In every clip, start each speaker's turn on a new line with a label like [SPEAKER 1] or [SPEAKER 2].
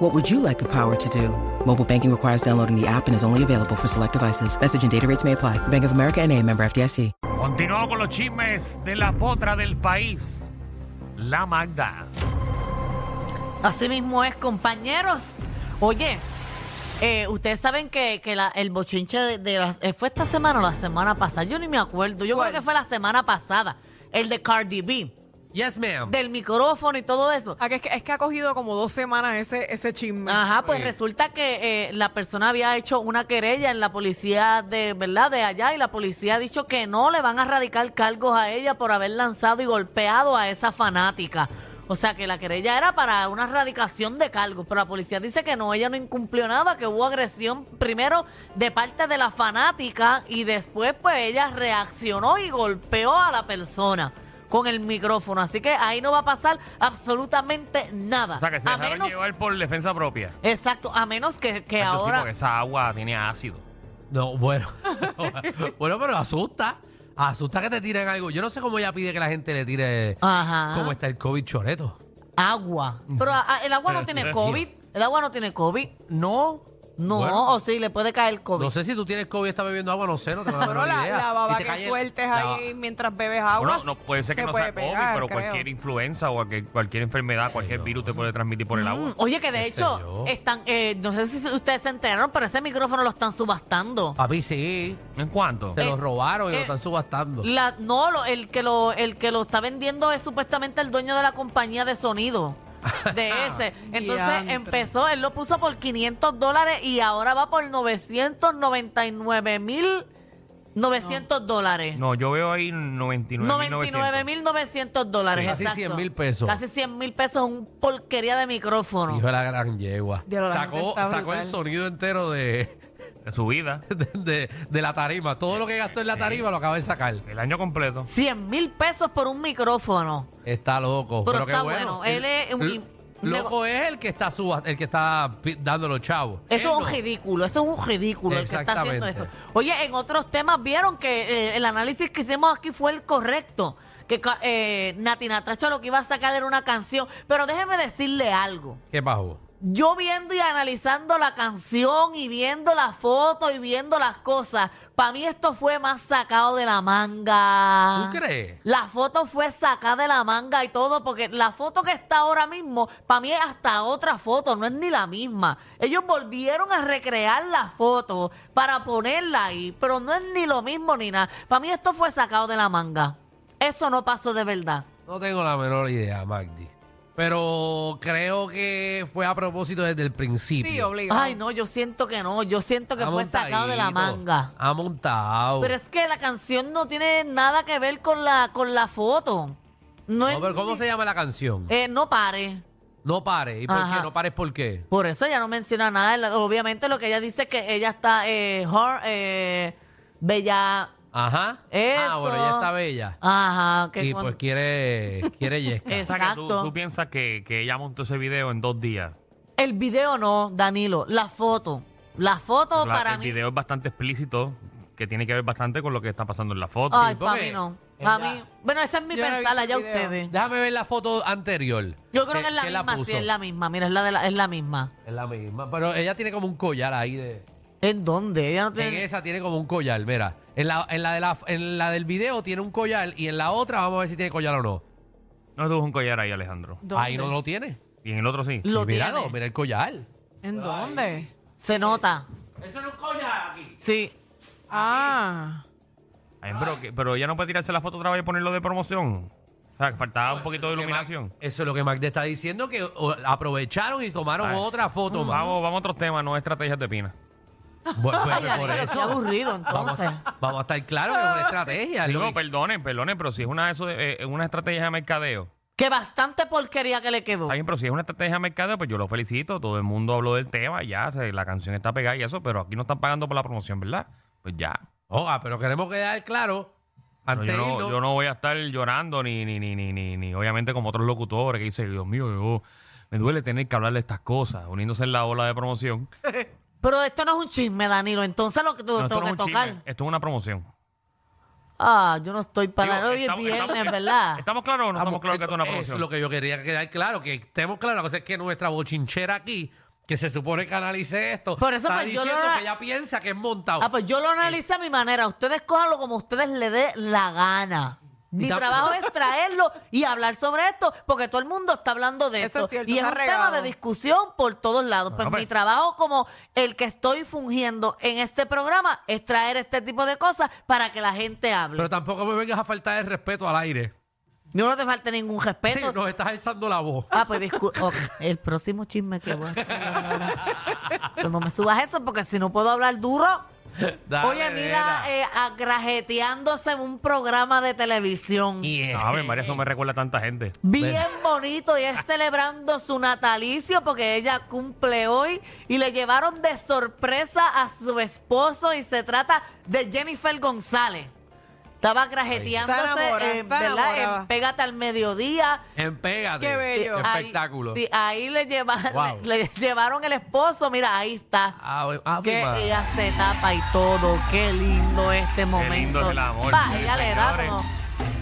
[SPEAKER 1] What would you like the power to do? Mobile banking requires downloading the app and is only available for select devices. Message and data rates may apply. Bank of America and a member FDIC.
[SPEAKER 2] Continuamos con los chismes de la potra del país, la Magda.
[SPEAKER 3] Así mismo es, compañeros. Oye, eh, ustedes saben que, que la- el bochinche de, de la- eh, fue esta semana o la semana pasada. Yo ni me acuerdo. Yo creo que fue la semana pasada. El de Cardi B,
[SPEAKER 2] Yes, ma'am.
[SPEAKER 3] del micrófono y todo eso.
[SPEAKER 4] Ah, que es, que, es que ha cogido como dos semanas ese, ese chisme.
[SPEAKER 3] Ajá, pues resulta que eh, la persona había hecho una querella en la policía de, ¿verdad? De allá y la policía ha dicho que no le van a radicar cargos a ella por haber lanzado y golpeado a esa fanática. O sea que la querella era para una erradicación de cargos, pero la policía dice que no, ella no incumplió nada, que hubo agresión primero de parte de la fanática y después pues ella reaccionó y golpeó a la persona con el micrófono. Así que ahí no va a pasar absolutamente nada.
[SPEAKER 2] O sea, que se
[SPEAKER 3] a
[SPEAKER 2] dejaron
[SPEAKER 3] menos
[SPEAKER 2] llevar por defensa propia.
[SPEAKER 3] Exacto, a menos que, que
[SPEAKER 2] Eso sí,
[SPEAKER 3] ahora...
[SPEAKER 2] porque esa agua tiene ácido.
[SPEAKER 5] No, bueno. bueno, pero asusta. Asusta que te tiren algo. Yo no sé cómo ella pide que la gente le tire
[SPEAKER 3] Ajá.
[SPEAKER 5] cómo está el COVID choreto.
[SPEAKER 3] Agua. Pero ah, el agua
[SPEAKER 2] Pero
[SPEAKER 3] no
[SPEAKER 2] sí,
[SPEAKER 3] tiene
[SPEAKER 2] pero-
[SPEAKER 3] COVID. El agua no tiene COVID.
[SPEAKER 2] No.
[SPEAKER 3] No,
[SPEAKER 5] Bueno.
[SPEAKER 3] o sí, le puede caer COVID.
[SPEAKER 5] No sé si tú tienes COVID y estás bebiendo agua, no sé, no tengo la
[SPEAKER 4] Pero
[SPEAKER 5] menor
[SPEAKER 4] la,
[SPEAKER 5] idea.
[SPEAKER 4] la
[SPEAKER 5] Y
[SPEAKER 4] baba
[SPEAKER 5] te
[SPEAKER 4] que
[SPEAKER 5] cae el-
[SPEAKER 4] sueltes
[SPEAKER 5] la ba-
[SPEAKER 4] ahí mientras bebes agua.
[SPEAKER 2] Bueno, no puede ser que
[SPEAKER 4] se
[SPEAKER 2] no sea
[SPEAKER 4] puede
[SPEAKER 2] COVID,
[SPEAKER 4] pegar,
[SPEAKER 2] pero
[SPEAKER 4] creo.
[SPEAKER 2] cualquier influenza o cualquier, cualquier enfermedad, cualquier virus te puede transmitir por el agua.
[SPEAKER 3] Mm, Oye, que de
[SPEAKER 5] Qué sé
[SPEAKER 3] hecho,
[SPEAKER 5] yo.
[SPEAKER 3] están, eh, no sé si ustedes se enteraron, pero ese micrófono lo están subastando.
[SPEAKER 5] Papi, sí.
[SPEAKER 3] Mm.
[SPEAKER 2] ¿En cuánto?
[SPEAKER 5] Se lo robaron y
[SPEAKER 3] eh,
[SPEAKER 5] lo están subastando.
[SPEAKER 3] La- no, lo- el, que lo, el que lo está vendiendo es supuestamente el dueño de la compañía de sonido. De ese. Entonces
[SPEAKER 4] Diantre.
[SPEAKER 3] empezó, él lo puso por 500 dólares y ahora va por 999 mil 900 dólares.
[SPEAKER 2] No, yo veo ahí 99.
[SPEAKER 3] 99.900 dólares.
[SPEAKER 5] Casi
[SPEAKER 3] exacto.
[SPEAKER 5] 100.000 pesos.
[SPEAKER 3] Casi 100 mil pesos, un porquería de micrófono.
[SPEAKER 5] Hijo de la gran yegua.
[SPEAKER 4] Diablo, la gente
[SPEAKER 5] Sacó,
[SPEAKER 4] está
[SPEAKER 5] sacó el
[SPEAKER 4] brutal.
[SPEAKER 5] sonido entero de,
[SPEAKER 2] De su vida.
[SPEAKER 5] de, de- de la tarima. Todo lo que gastó en la tarima lo acaba de sacar.
[SPEAKER 2] El año completo.
[SPEAKER 3] 100 mil pesos por un micrófono.
[SPEAKER 5] Está loco.
[SPEAKER 3] Pero
[SPEAKER 5] Pero,
[SPEAKER 3] está
[SPEAKER 5] qué bueno.
[SPEAKER 3] bueno. Él es un-
[SPEAKER 5] L-
[SPEAKER 3] un
[SPEAKER 5] Loco es el que está suba, el que está pi- dando los chavos.
[SPEAKER 3] Eso es un
[SPEAKER 5] Él no.
[SPEAKER 3] ridículo, eso es un ridículo el que está haciendo eso.
[SPEAKER 5] Exactamente.
[SPEAKER 3] Oye, en otros temas vieron que eh, el análisis que hicimos aquí fue el correcto. Que ca- eh, Nati Natasha lo que iba a sacar era una canción. Pero déjeme decirle algo.
[SPEAKER 5] ¿Qué pasó?
[SPEAKER 3] Yo viendo y analizando la canción y viendo la foto y viendo las cosas, para mí esto fue más sacado de la manga.
[SPEAKER 5] ¿Tú crees?
[SPEAKER 3] La foto fue sacada de la manga y todo, porque la foto que está ahora mismo, para mí es hasta otra foto, no es ni la misma. Ellos volvieron a recrear la foto para ponerla ahí, pero no es ni lo mismo ni nada. Para mí esto fue sacado de la manga. Eso no pasó de verdad.
[SPEAKER 5] No tengo la menor idea, Magdi. Pero creo que fue a propósito desde el principio.
[SPEAKER 4] Sí, obligado.
[SPEAKER 3] Ay, no, yo siento que no, yo siento que
[SPEAKER 5] Ha
[SPEAKER 3] fue sacado de la
[SPEAKER 5] montadito,
[SPEAKER 3] manga.
[SPEAKER 5] Ha montado.
[SPEAKER 3] Pero es que la canción no tiene nada que ver con la, con la foto. No, es
[SPEAKER 5] No, pero ¿Cómo se llama la canción?
[SPEAKER 3] Eh, no pare.
[SPEAKER 5] No pares. ¿Y por
[SPEAKER 3] Ajá.
[SPEAKER 5] qué? No pares por qué.
[SPEAKER 3] Por eso ella no menciona nada. La- Obviamente lo que ella dice es que ella está eh, hor- eh, bella.
[SPEAKER 5] Ajá. Ah,
[SPEAKER 3] Eso.
[SPEAKER 5] bueno, ella está bella.
[SPEAKER 3] Ajá. Que
[SPEAKER 5] y
[SPEAKER 3] cuan-
[SPEAKER 5] pues quiere, quiere yesca.
[SPEAKER 3] Es-
[SPEAKER 2] O sea, que tú,
[SPEAKER 3] Exacto.
[SPEAKER 2] tú piensas que, que ella montó ese video en dos días.
[SPEAKER 3] El video no, Danilo. La foto. La foto
[SPEAKER 2] La-
[SPEAKER 3] para
[SPEAKER 2] el
[SPEAKER 3] mí.
[SPEAKER 2] video es bastante explícito, que tiene que ver bastante con lo que está pasando en la foto.
[SPEAKER 3] Ay,
[SPEAKER 5] tipo
[SPEAKER 3] para
[SPEAKER 5] que
[SPEAKER 3] mí no.
[SPEAKER 5] ella-
[SPEAKER 3] A mí. Bueno, esa es mi
[SPEAKER 4] Yo no he
[SPEAKER 3] pensada
[SPEAKER 4] visto
[SPEAKER 3] ya
[SPEAKER 4] el video.
[SPEAKER 3] ustedes.
[SPEAKER 5] Déjame ver la foto anterior.
[SPEAKER 3] Yo creo que es la
[SPEAKER 5] ¿Qué
[SPEAKER 3] misma, sí,
[SPEAKER 5] puso?
[SPEAKER 3] es la misma. Mira, es la, de la, es la misma.
[SPEAKER 5] Es la misma. Pero ella tiene como un collar ahí de.
[SPEAKER 3] ¿En dónde? Ella no
[SPEAKER 5] En
[SPEAKER 3] tiene.
[SPEAKER 5] esa tiene como un collar, mira. En la, en la de la, en la del video tiene un collar y en la otra vamos a ver si tiene collar o no.
[SPEAKER 2] No tuvo un collar ahí, Alejandro.
[SPEAKER 4] ¿Dónde?
[SPEAKER 5] Ahí no lo tiene.
[SPEAKER 2] Y en el otro sí.
[SPEAKER 3] Lo
[SPEAKER 5] Y míralo,
[SPEAKER 3] tiene.
[SPEAKER 5] mira el collar.
[SPEAKER 4] ¿En dónde?
[SPEAKER 3] Se nota.
[SPEAKER 5] Eso no es collar aquí.
[SPEAKER 3] Sí.
[SPEAKER 4] Ah.
[SPEAKER 2] Ay, pero, que- pero ella no puede tirarse la foto otra vez y ponerlo de promoción. O sea, que faltaba un poquito de iluminación.
[SPEAKER 5] Eso es lo que Magda está diciendo, que o, aprovecharon y tomaron
[SPEAKER 2] Ay.
[SPEAKER 5] otra foto más.
[SPEAKER 2] Vamos, vamos a otros temas, no estrategias de Pina.
[SPEAKER 5] Bueno, pues,
[SPEAKER 3] Ay,
[SPEAKER 5] pues, por
[SPEAKER 3] Danilo, qué
[SPEAKER 5] eso.
[SPEAKER 3] aburrido
[SPEAKER 5] Vamos,
[SPEAKER 3] entonces.
[SPEAKER 5] vamos a estar claros que es una estrategia. es lo
[SPEAKER 2] Digo, pues-
[SPEAKER 5] que-
[SPEAKER 2] perdonen, perdonen, pero si es una, de eso de- eh, una estrategia de mercadeo.
[SPEAKER 3] Que bastante porquería que le quedó.
[SPEAKER 2] Está bien, pero si es una estrategia de mercadeo, pues yo lo felicito. Todo el mundo habló del tema, ya, se- la canción está pegada y eso, pero aquí no están pagando por la promoción, ¿verdad? Pues ya.
[SPEAKER 5] Oiga, pero queremos quedar claro. Antes
[SPEAKER 2] yo,
[SPEAKER 5] de
[SPEAKER 2] no,
[SPEAKER 5] irnos-
[SPEAKER 2] yo no voy a estar llorando ni, ni, ni, ni, ni, ni, obviamente como otros locutores que dicen, Dios mío, yo- me duele tener que hablar de estas cosas, uniéndose en la ola de promoción.
[SPEAKER 3] Pero esto no es un chisme, Danilo. Entonces lo que tú
[SPEAKER 2] No, esto
[SPEAKER 3] tengo
[SPEAKER 2] no es
[SPEAKER 3] que
[SPEAKER 2] un
[SPEAKER 3] tocar.
[SPEAKER 2] chisme, esto es una promoción.
[SPEAKER 3] Ah, yo no estoy para
[SPEAKER 2] Digo,
[SPEAKER 3] nada. Hoy es
[SPEAKER 2] estamos-
[SPEAKER 3] viernes,
[SPEAKER 2] estamos-
[SPEAKER 3] ¿verdad?
[SPEAKER 2] ¿Estamos claros o no estamos claros que esto es una
[SPEAKER 5] Ah, Es
[SPEAKER 2] promoción?
[SPEAKER 5] lo que yo quería quedar claro, que estemos claros. La cosa es que nuestra bochinchera aquí, que se supone que analice esto,
[SPEAKER 3] Por eso,
[SPEAKER 5] está
[SPEAKER 3] pues, yo
[SPEAKER 5] diciendo
[SPEAKER 3] no la-
[SPEAKER 5] que ella piensa que es montado.
[SPEAKER 3] Ah, pues yo lo analicé a mi manera. Ustedes cójanlo como ustedes le dé la gana. Mi
[SPEAKER 5] tam-
[SPEAKER 3] trabajo es traerlo y hablar sobre esto, porque todo el mundo está hablando de
[SPEAKER 4] Eso
[SPEAKER 3] esto.
[SPEAKER 4] es cierto,
[SPEAKER 3] y es
[SPEAKER 4] está
[SPEAKER 3] un tema
[SPEAKER 4] regado.
[SPEAKER 3] de discusión por todos lados. Pues
[SPEAKER 2] Bueno,
[SPEAKER 3] mi
[SPEAKER 2] pues.
[SPEAKER 3] trabajo como el que estoy fungiendo en este programa es traer este tipo de cosas para que la gente hable.
[SPEAKER 5] Pero tampoco me vengas a faltar el respeto al aire.
[SPEAKER 3] No, no te falte ningún
[SPEAKER 5] Sí,
[SPEAKER 3] respeto.
[SPEAKER 5] nos estás alzando la voz.
[SPEAKER 3] Ah, pues disculpa. El próximo chisme que voy a hacer ahora. Pues no me subas eso porque si no puedo hablar duro.
[SPEAKER 5] Dale,
[SPEAKER 3] Oye, mira,
[SPEAKER 5] nena.
[SPEAKER 3] eh, agrajeteándose en un programa de televisión.
[SPEAKER 5] Yeah.
[SPEAKER 2] A ver, María, eso me recuerda a tanta gente.
[SPEAKER 3] Bien bonito y es celebrando su natalicio porque ella cumple hoy y le llevaron de sorpresa a su esposo y se trata de Jennifer González. Estaba grajeteándose
[SPEAKER 4] Está enamorada,
[SPEAKER 3] eh,
[SPEAKER 4] está
[SPEAKER 3] ¿verdad?
[SPEAKER 4] enamorada.
[SPEAKER 3] en Pégate al mediodía.
[SPEAKER 5] En Pégate.
[SPEAKER 4] Qué bello.
[SPEAKER 5] Qué
[SPEAKER 3] Ahí-
[SPEAKER 5] Espectáculo.
[SPEAKER 3] sí, ahí le, lleva-
[SPEAKER 5] Wow.
[SPEAKER 3] le, le llevaron el esposo, mira, ahí está.
[SPEAKER 5] Ah, bueno, ah,
[SPEAKER 3] Que
[SPEAKER 5] prima.
[SPEAKER 3] ella se tapa y todo. Qué lindo este momento.
[SPEAKER 2] lindo es el amor,
[SPEAKER 3] Pa,
[SPEAKER 2] señores,
[SPEAKER 3] ella le da
[SPEAKER 2] señores.
[SPEAKER 3] como,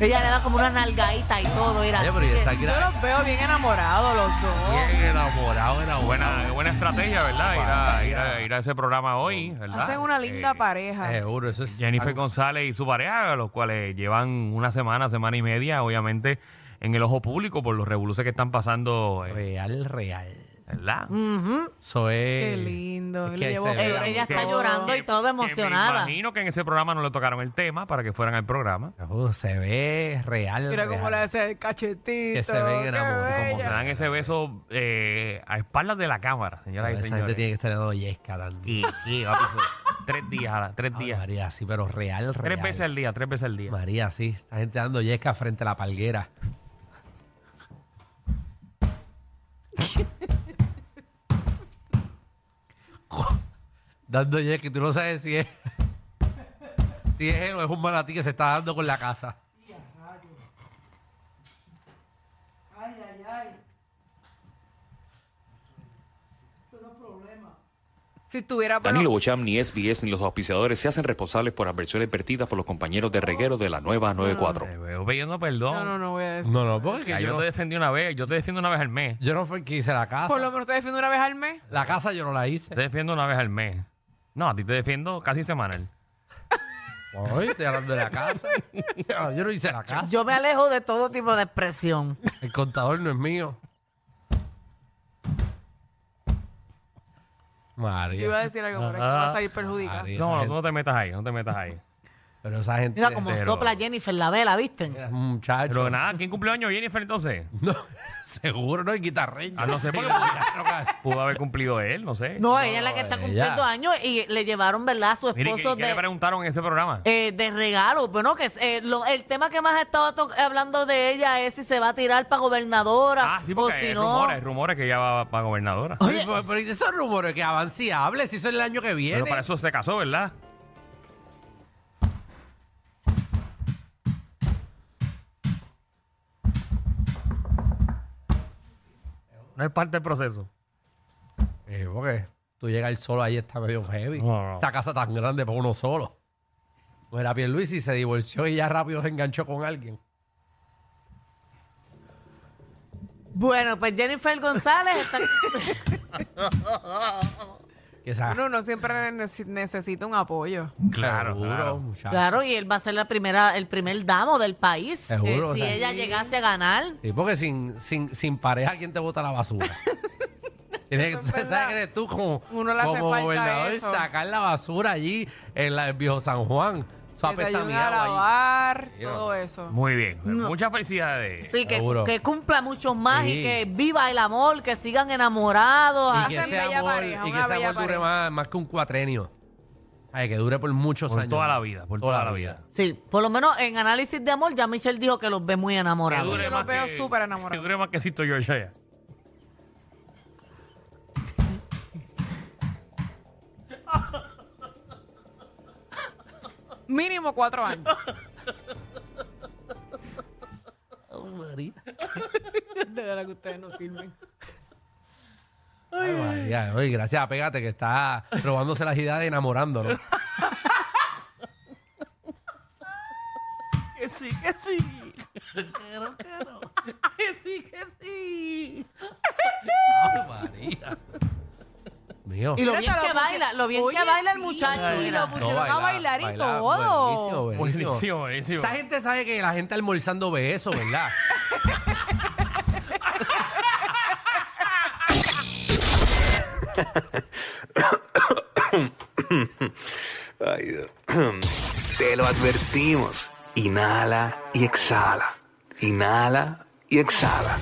[SPEAKER 3] ella le da como una nalgadita y todo. Mira,
[SPEAKER 5] Oye,
[SPEAKER 3] así
[SPEAKER 5] pero y
[SPEAKER 3] que-
[SPEAKER 5] esa
[SPEAKER 4] Yo
[SPEAKER 5] gira-
[SPEAKER 4] los veo bien enamorados los dos.
[SPEAKER 5] Bien enamorado, enamorado.
[SPEAKER 2] Buena, buena estrategia, ¿verdad? Ir a, ir a- ir a ese programa hoy, ¿verdad?
[SPEAKER 4] Hacen una linda
[SPEAKER 2] Eh,
[SPEAKER 4] pareja.
[SPEAKER 5] Seguro, eso es.
[SPEAKER 2] Jennifer
[SPEAKER 5] algo-
[SPEAKER 2] González y su pareja, los cuales llevan una semana, semana y media, obviamente, en el ojo público por los revoluciones que están pasando, eh,
[SPEAKER 5] Real, real.
[SPEAKER 2] ¿verdad?
[SPEAKER 3] Ujú.
[SPEAKER 5] Eso es.
[SPEAKER 4] Qué lindo.
[SPEAKER 5] Es
[SPEAKER 4] Le
[SPEAKER 5] que ahí
[SPEAKER 4] llevo
[SPEAKER 5] se ve
[SPEAKER 4] flores.
[SPEAKER 5] el
[SPEAKER 3] Mm, Ella está
[SPEAKER 4] Todo.
[SPEAKER 3] llorando y todo
[SPEAKER 2] Eh, Que me
[SPEAKER 3] emocionada.
[SPEAKER 2] imagino que en ese programa no le tocaron el tema para que fueran al programa.
[SPEAKER 5] Ujú, se ve real.
[SPEAKER 4] Mira cómo
[SPEAKER 5] real.
[SPEAKER 4] le hace el cachetito.
[SPEAKER 5] Que se ven
[SPEAKER 4] qué
[SPEAKER 5] enamorados, como
[SPEAKER 2] Se
[SPEAKER 4] bella.
[SPEAKER 2] dan ese beso eh, a espaldas de la cámara, señoras y
[SPEAKER 5] Esa gente
[SPEAKER 2] señores.
[SPEAKER 5] tiene que estar dando yesca tanto.
[SPEAKER 2] Y- y, papi, eso- tres días, a la- tres
[SPEAKER 5] Ay,
[SPEAKER 2] días.
[SPEAKER 5] María, sí, pero real, real.
[SPEAKER 2] Tres veces al día, tres veces al día.
[SPEAKER 5] María, sí. Esta gente dando yesca frente a la palguera. dando yesca y tú no sabes si es. Si es él o es un manatí que se está dando con la casa.
[SPEAKER 4] Si estuviera por
[SPEAKER 6] Danilo Bocham, ni SBS, ni los auspiciadores se hacen responsables por adversiones vertidas por los compañeros de reguero de la nueva 94.
[SPEAKER 2] Te Eh, veo pidiendo perdón.
[SPEAKER 4] No, no, no voy a decir.
[SPEAKER 5] No, no, porque
[SPEAKER 2] Ya,
[SPEAKER 5] yo,
[SPEAKER 2] yo te
[SPEAKER 5] no,
[SPEAKER 2] defendí una vez, yo te defiendo una vez al mes.
[SPEAKER 5] yo no fui el que hice la casa.
[SPEAKER 4] Por lo menos te defiendo una vez al mes.
[SPEAKER 5] La casa yo no la hice.
[SPEAKER 2] Te defiendo una vez al mes. No, a ti te defiendo casi semanal.
[SPEAKER 5] Ay, estoy hablando de la casa. Yo no hice la casa.
[SPEAKER 3] Yo me alejo de todo tipo de expresión.
[SPEAKER 5] El contador no es mío.
[SPEAKER 4] Yo iba a
[SPEAKER 5] María.
[SPEAKER 4] decir algo, pero es que vas a ir perjudicada.
[SPEAKER 5] María, esa
[SPEAKER 2] No,
[SPEAKER 5] gente-
[SPEAKER 2] no te metas ahí, no te metas ahí.
[SPEAKER 5] pero esa gente.
[SPEAKER 3] Mira como
[SPEAKER 5] pero-
[SPEAKER 3] sopla Jennifer la vela, ¿viste?
[SPEAKER 5] Muchacho.
[SPEAKER 2] Pero nada, ¿quién cumpleaños Jennifer entonces?
[SPEAKER 5] No, seguro no es guitarreño.
[SPEAKER 2] Ah, no sé, porque- Pudo haber cumplido él, no sé.
[SPEAKER 3] No, ella es la que está
[SPEAKER 5] ella.
[SPEAKER 3] cumpliendo años y le llevaron, ¿verdad?, a su
[SPEAKER 2] Mire, ¿qué,
[SPEAKER 3] esposo
[SPEAKER 2] qué le
[SPEAKER 3] de,
[SPEAKER 2] preguntaron en ese programa?
[SPEAKER 3] eh, de regalo. Bueno, que es, eh, lo- el tema que más he estado to- hablando de ella es si se va a tirar para gobernadora
[SPEAKER 2] Ah, sí,
[SPEAKER 3] o
[SPEAKER 2] porque hay
[SPEAKER 3] si no.
[SPEAKER 2] rumores, hay rumores que ella va para gobernadora.
[SPEAKER 5] Oye, pero, pero esos rumores que avancía, hable si eso es el año que viene.
[SPEAKER 2] Pero para eso se casó, ¿verdad? No es parte del proceso.
[SPEAKER 5] Eh, porque tú llegas solo ahí está medio heavy.
[SPEAKER 2] No, no.
[SPEAKER 5] Esa casa tan grande para uno solo. Mira, Pierluisi se divorció y ya rápido se enganchó con alguien.
[SPEAKER 3] Bueno, pues Jennifer González está...
[SPEAKER 5] Que esa-
[SPEAKER 4] Uno no siempre nece- necesita un apoyo.
[SPEAKER 2] Claro,
[SPEAKER 5] Seguro,
[SPEAKER 2] claro.
[SPEAKER 5] muchacho.
[SPEAKER 3] claro, y él va a ser la primera, el primer damo del país.
[SPEAKER 5] Seguro,
[SPEAKER 3] Eh, si
[SPEAKER 5] o sea,
[SPEAKER 3] ella
[SPEAKER 5] sí.
[SPEAKER 3] llegase a ganar.
[SPEAKER 5] Sí, porque sin, sin, sin pareja, ¿quién te bota la basura? Tienes que- ¿Sabes
[SPEAKER 4] verdad.
[SPEAKER 5] que eres tú como,
[SPEAKER 4] Uno le hace
[SPEAKER 5] como
[SPEAKER 4] falta
[SPEAKER 5] gobernador
[SPEAKER 4] eso.
[SPEAKER 5] sacar la basura allí en, la, en Viejo San Juan? Eso
[SPEAKER 4] Que te
[SPEAKER 5] apesta a
[SPEAKER 4] ayuden a
[SPEAKER 5] miau allí.
[SPEAKER 4] lavar,
[SPEAKER 5] Sí,
[SPEAKER 4] todo eso.
[SPEAKER 2] Muy bien. Muchas felicidades.
[SPEAKER 3] Sí, que,
[SPEAKER 5] Seguro.
[SPEAKER 3] que cumpla muchos más
[SPEAKER 5] Sí.
[SPEAKER 3] y que viva el amor, que sigan enamorados.
[SPEAKER 5] Y
[SPEAKER 3] así.
[SPEAKER 5] que
[SPEAKER 4] Hacen
[SPEAKER 5] ese
[SPEAKER 4] bella
[SPEAKER 5] amor,
[SPEAKER 4] pareja,
[SPEAKER 5] y que
[SPEAKER 4] una
[SPEAKER 5] ese
[SPEAKER 4] bella
[SPEAKER 5] amor dure
[SPEAKER 4] pareja.
[SPEAKER 5] más, más que un cuatrenio. Ay, que dure por muchos
[SPEAKER 2] Por
[SPEAKER 5] años.
[SPEAKER 2] toda la vida, por toda la vida.
[SPEAKER 3] Sí, por lo menos en análisis de amor ya Michelle dijo que los ve muy
[SPEAKER 2] Que
[SPEAKER 3] enamorados.
[SPEAKER 2] dure
[SPEAKER 4] yo
[SPEAKER 2] más
[SPEAKER 4] los veo
[SPEAKER 2] que-
[SPEAKER 4] súper enamorados.
[SPEAKER 2] Que dure más que Cito George allá.
[SPEAKER 4] Mínimo cuatro años. De verdad que ustedes no sirven.
[SPEAKER 5] Ay, María, oye, gracias, pégate que está robándose las ideas y enamorándolo.
[SPEAKER 3] Que sí, que sí. Claro, claro. Que sí, que sí.
[SPEAKER 5] Ay, María. Mío.
[SPEAKER 3] Y lo
[SPEAKER 4] Mira,
[SPEAKER 3] bien
[SPEAKER 4] te lo
[SPEAKER 3] que
[SPEAKER 4] puse-
[SPEAKER 3] baila, lo bien
[SPEAKER 4] Oye,
[SPEAKER 3] que baila el
[SPEAKER 4] sí.
[SPEAKER 3] muchacho.
[SPEAKER 4] Y
[SPEAKER 3] mira.
[SPEAKER 4] lo pusieron
[SPEAKER 5] No,
[SPEAKER 4] a bailar y
[SPEAKER 5] baila,
[SPEAKER 4] todo.
[SPEAKER 5] Buenísimo, buenísimo.
[SPEAKER 2] Buenísimo, buenísimo.
[SPEAKER 5] Esa gente sabe que la gente almorzando ve eso, ¿verdad?
[SPEAKER 7] Ay, Dios. Te lo advertimos. Inhala y exhala. Inhala y exhala.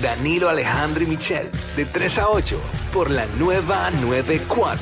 [SPEAKER 7] Danilo Alejandro y Michel, de 3 a 8, por la nueva 94.